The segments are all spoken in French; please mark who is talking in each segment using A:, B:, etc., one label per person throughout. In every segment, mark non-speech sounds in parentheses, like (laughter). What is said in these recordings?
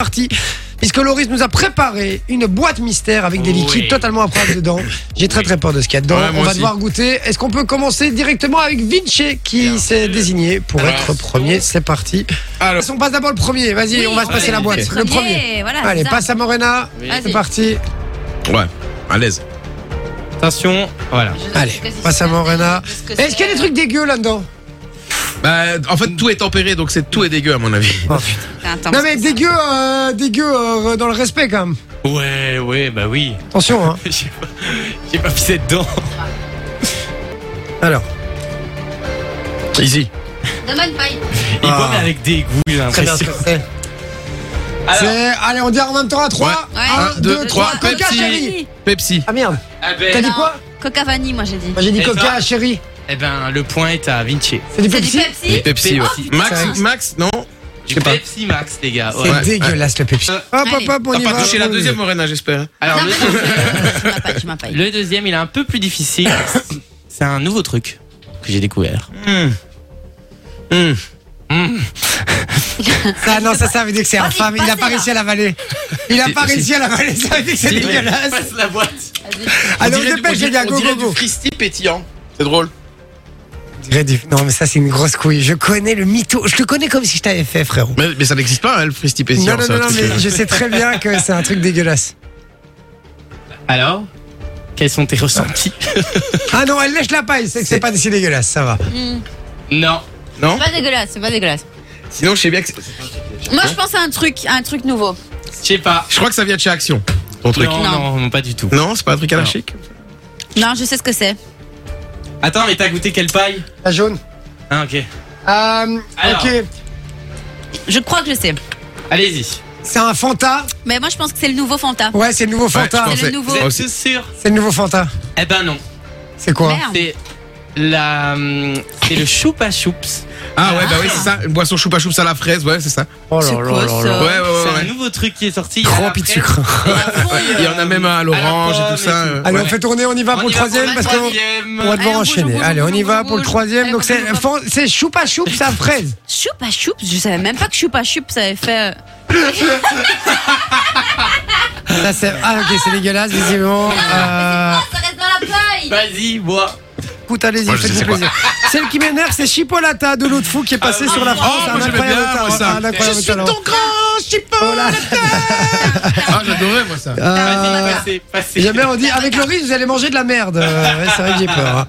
A: parti puisque Loris nous a préparé une boîte mystère avec des
B: Oui.
A: liquides totalement improbables dedans. J'ai très
B: Oui.
A: très peur de ce qu'il y a dedans.
B: Ouais, moi
A: On va
B: aussi.
A: devoir goûter. Est-ce qu'on peut commencer directement avec Vinci qui
B: Bien
A: s'est
B: sûr.
A: désigné pour
B: Alors.
A: être premier C'est parti.
B: Alors,
A: On passe d'abord le premier. Vas-y,
C: Oui,
A: on va se
C: on
A: passer
B: va
A: la
B: le
A: boîte.
C: faire
A: Le
C: premier,
A: premier.
C: voilà,
A: Allez,
C: c'est ça.
A: passe à Morena.
B: Oui.
A: C'est
C: Vas-y.
A: parti.
B: ouais, à l'aise.
D: Attention, voilà.
A: Allez, passe à Morena. Est-ce qu'il y a des trucs dégueux là-dedans
B: Bah, en fait, tout est tempéré, donc c'est tout est dégueu à mon avis.
A: Non mais dégueu, euh, dégueu euh, dans le respect quand même.
D: Ouais, ouais, bah oui. (laughs)
A: Attention. Hein.
D: J'ai pas, j'ai pas pissé dedans.
A: Alors,
B: Easy.
D: Il
A: Ah.
D: boit mais avec dégoût, j'ai
A: très bien.
D: l'impression.
A: C'est. C'est- Allez, on dit en même temps à 3,
C: Ouais.
A: 1,
B: Un, deux,
A: 2,
B: trois,
A: 3, Coca
B: Pepsi.
A: Chérie
B: Pepsi.
A: Ah merde, t'as dit quoi
C: Coca vanille, moi j'ai dit.
A: Moi j'ai dit
D: Et
A: Coca
D: toi
A: Chérie.
D: Eh ben, le point est à Vinci.
A: C'est du
C: C'est du
A: Pepsi
C: Pepsi
B: Pepsi, ouais.
D: Pepsi.
B: Max,
A: Correct.
B: Max, non
D: Du
B: sais pas.
D: Pepsi Max, les gars.
A: C'est
D: Ouais.
B: Ouais.
A: dégueulasse le Pepsi. Hop
D: Euh,
A: hop
C: allez.
A: hop, on
B: T'as
A: y
B: pas
A: va.
B: touché la deuxième, Morena, j'espère.
D: Alors,
C: Non, mais
D: le,
C: non, je- tu m'appelles,
D: (laughs)
C: tu m'appelles.
D: le deuxième, il est un peu plus difficile. (coughs) C'est un nouveau truc que j'ai découvert.
B: Hmm.
A: Ah non, ça, ça veut dire que c'est
C: Vas-y,
A: infâme. Il a
C: passez,
A: pas
C: là.
A: réussi à l'avaler. Il a
B: C'est-
A: pas
B: c'est-
A: réussi à l'avaler, ça veut dire que Ah, c'est dégueulasse.
D: Passe la boîte.
A: Allez, on
B: dirait
A: se
B: du-
A: dépêche,
B: dirait-
A: les gars,
B: on
A: go
B: dirait
A: go
B: du
A: go.
B: Christy pétillant. C'est drôle.
A: Non, mais ça, c'est une grosse couille. Je connais le mytho. Je le connais comme si je t'avais fait, frérot.
B: Mais, mais ça n'existe pas, hein, le Christy
A: Non,
B: pétillant.
A: non,
B: c'est
A: non,
B: un
A: non,
B: truc,
A: mais
B: euh,
A: je sais très bien que c'est un truc dégueulasse.
D: Alors, quels sont tes (coughs) ressentis
A: Ah non, elle lèche la paille, c'est que c'est
B: C'est-
A: pas si dégueulasse, ça va.
C: Hmm.
D: Non.
B: Non
C: C'est pas dégueulasse, c'est pas dégueulasse.
B: Sinon, je sais bien que. c'est-
C: Moi je pense à un truc, à un truc nouveau.
D: Je sais pas.
B: Je crois que ça vient de chez Action, ton truc.
D: Non, non, non, pas du tout.
B: Non, c'est pas un truc anarchique
C: Non, je sais ce que c'est.
D: Attends, mais t'as goûté quelle paille
A: La jaune.
D: Ah, ok.
A: Euh,
D: Alors.
A: ok,
C: Je crois que je sais.
D: Allez-y.
A: c'est un Fanta.
C: Mais moi je pense que c'est le nouveau Fanta.
A: Ouais, c'est le nouveau Fanta.
B: je
C: C'est le
B: pensais-
C: nouveau.
D: Vous
B: Moi
D: êtes
B: aussi.
D: tous sûrs
A: c'est le nouveau Fanta.
D: Eh ben non.
A: C'est quoi
C: Merde.
D: C'est la. hum, C'est le choupa choups.
B: Ah ouais, bah oui, c'est ça. Une boisson choupa choups à la fraise, ouais, c'est ça.
A: Oh
C: C'est quoi, ça
B: Ouais, ouais, ouais.
D: C'est un
B: ouais.
D: nouveau truc qui est sorti. il y a
A: Trop
D: la
A: pis de
D: fraise.
A: sucre. (laughs)
B: Ouais, (laughs) Il y en a même un à l'orange et
D: pomme
B: tout ça.
D: et tout.
B: euh,
A: Allez,
B: ouais.
A: on fait tourner, on y va
D: On
A: pour
D: y
A: le
D: va pour
A: troisième
D: la
A: parce qu'on
D: troisième.
A: on va devoir
C: Allez, on bouge, on
A: enchaîner.
C: bouge,
A: Allez,
C: on
A: on y
C: bouge,
A: va
C: on
A: pour le
C: bouge.
A: troisième.
C: Allez,
A: Donc
C: on
A: c'est
C: bouge, on bouge.
A: fon- c'est choupa choups ça fraise.
C: Choupa choups, je savais même pas que choupa choups ça avait fait. euh,
A: Ça, c'est- ah ok, c'est dégueulasse visiblement. Euh,
C: Ah, ça reste dans la paille.
D: Vas-y, bois.
A: Écoute, allez-y,
B: Moi, je sais
A: faites-vous
B: quoi.
A: plaisir. Celle qui m'énerve, c'est Chipolata de l'eau de fou qui est passée sur la
D: oui.
A: France.
B: Oh,
A: un
B: moi, j'aimais
A: incroyable
B: bien,
A: talent,
B: moi, ça.
A: un incroyable
B: Je suis
A: talent.
B: ton
D: Grand chipot.
A: Voilà.
B: Ah, j'adorais, moi, ça.
A: Euh,
D: Vas-y, passez, passez.
A: Jamais on dit avec Loris, vous allez manger de la merde. Euh, ouais, c'est vrai que j'ai peur. hein.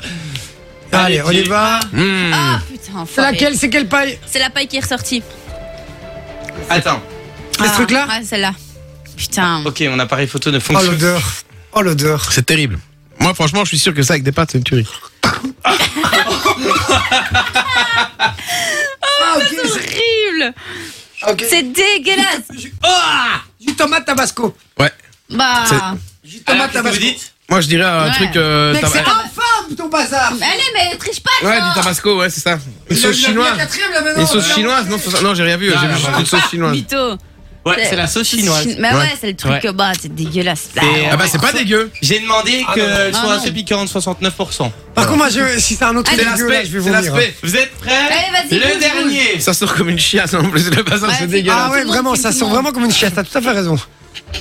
A: Allez,
D: Allez,
A: on y
D: Jay.
A: va.
B: Hmm.
C: Ah putain,
A: C'est
C: enfoiré.
A: laquelle C'est quelle paille
C: C'est la paille qui est ressortie. Ah,
D: Attends.
A: C'est ce truc-là
C: Ouais, celle-là. Putain.
D: Ok, mon appareil photo ne
A: Oh
D: fonctionne pas.
A: l'odeur. Oh l'odeur.
B: C'est terrible. Moi, franchement, je suis sûr que ça, avec des pâtes, c'est une tuerie.
A: Ah, ok, c'est-
C: Horrible.
A: ok.
C: C'est dégueulasse.
D: Ah
A: Du tomate tabasco.
B: Ouais.
C: Bah.
A: Du
D: Alors,
A: tomate
D: qu'est-ce que vous
A: tabasco.
D: dites
B: Moi, je dirais un
C: Ouais.
B: truc. euh,
A: Mec,
B: taba-
A: c'est infâme ton bazar.
C: Mais Allez, mais triche pas,
B: Ouais,
C: toi.
B: du tabasco, ouais, c'est ça. Une
A: Il a-
B: sauce
A: il a mis
B: chinoise.
A: la quatrième, là, maintenant.
B: Une sauce
A: Alors,
B: chinoise Non, c'est ça. non j'ai rien vu.
D: Ah,
B: J'ai
D: bah,
B: vu juste
D: bah.
B: une sauce chinoise.
C: Mytho.
D: Ouais, c'est la sauce chinoise.
C: Mais ouais,
B: Ouais.
C: c'est le truc. euh, Bah, c'est dégueulasse. Bah,
D: Et-
B: Ah bah, c'est pas dégueu.
D: J'ai demandé qu'elle
C: Ah,
D: soit
C: non.
D: assez piquante, 69%.
A: Par contre, moi, je, si c'est un autre
C: Allez.
B: C'est
A: dégueu, là,
B: l'aspect.
A: je vais hein.
B: C'est
A: vomir.
B: l'aspect.
D: Vous êtes prêts
C: Allez, vas-y, bouge,
D: Le
C: bouge.
D: dernier.
B: Ça sort comme une chiasse en plus. Le bazar,
C: Ouais,
B: c'est
C: c'est
B: dégueulasse.
A: Ah ouais,
C: Tout le
A: vraiment,
C: monde,
A: ça
C: tout le
A: sent
C: monde.
A: vraiment comme une chiasse. T'as tout à fait raison.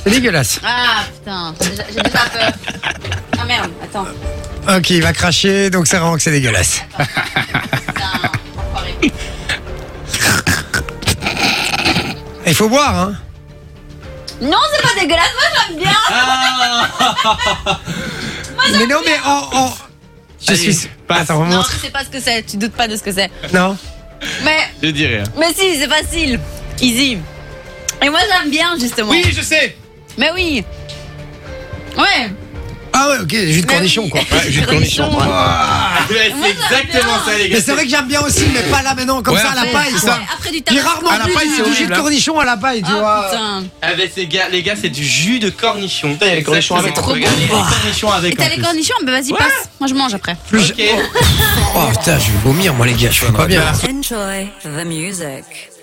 A: C'est dégueulasse.
C: Ah putain, j'ai déjà- j'ai déjà peur. Ah merde, attends.
A: Ok, il va cracher, donc c'est vraiment que c'est dégueulasse.
C: Putain, enfoiré.
A: Il faut boire, hein.
C: Non, c'est pas dégueulasse, moi j'aime bien.
D: Ah
A: Mais non, mais en. en... Je
D: Allez,
A: suis.
D: passe.
A: Attends, on
C: Non,
A: montre.
C: tu sais pas ce que c'est, tu doutes pas de ce que c'est.
A: Non.
C: Mais,
D: Je dirais.
C: mais si, c'est facile. Easy. Et moi j'aime bien justement.
B: Oui, je sais.
C: Mais oui. Ouais.
A: Ah ouais, ok, jus de
C: mais
A: cornichon,
C: oui.
A: quoi.
B: Ouais, jus de cornichon.
C: (laughs) Cornichon.
D: Ouais,
C: Moi,
D: C'est
C: j'aime
D: exactement
C: bien.
D: ça, les gars.
A: Mais c'est vrai que j'aime bien aussi, mais pas là maintenant, comme
B: Ouais,
A: ça à la
C: Ouais,
A: paille,
C: ouais,
A: quoi.
C: Après du
A: J'ai
C: tabasco.
A: rarement
B: À la
A: bu
B: paille,
A: du-
B: c'est
A: du jus
B: horrible,
A: de
B: hein.
A: cornichon à la paille, tu
C: Ah
A: vois.
C: putain.
D: Avec ces gars, les gars, c'est du jus de cornichon. Putain,
B: les cornichons avec.
C: C'est trop bon.
D: Regardez, les cornichons avec.
C: Et t'as
D: en
C: les
D: plus.
C: cornichons Bah vas-y, passe. Moi je mange après.
A: Plus je-
D: Ok.
B: bah,
A: Oh putain, je vais vomir, moi, les gars, je suis pas bien.
E: Enjoy the music.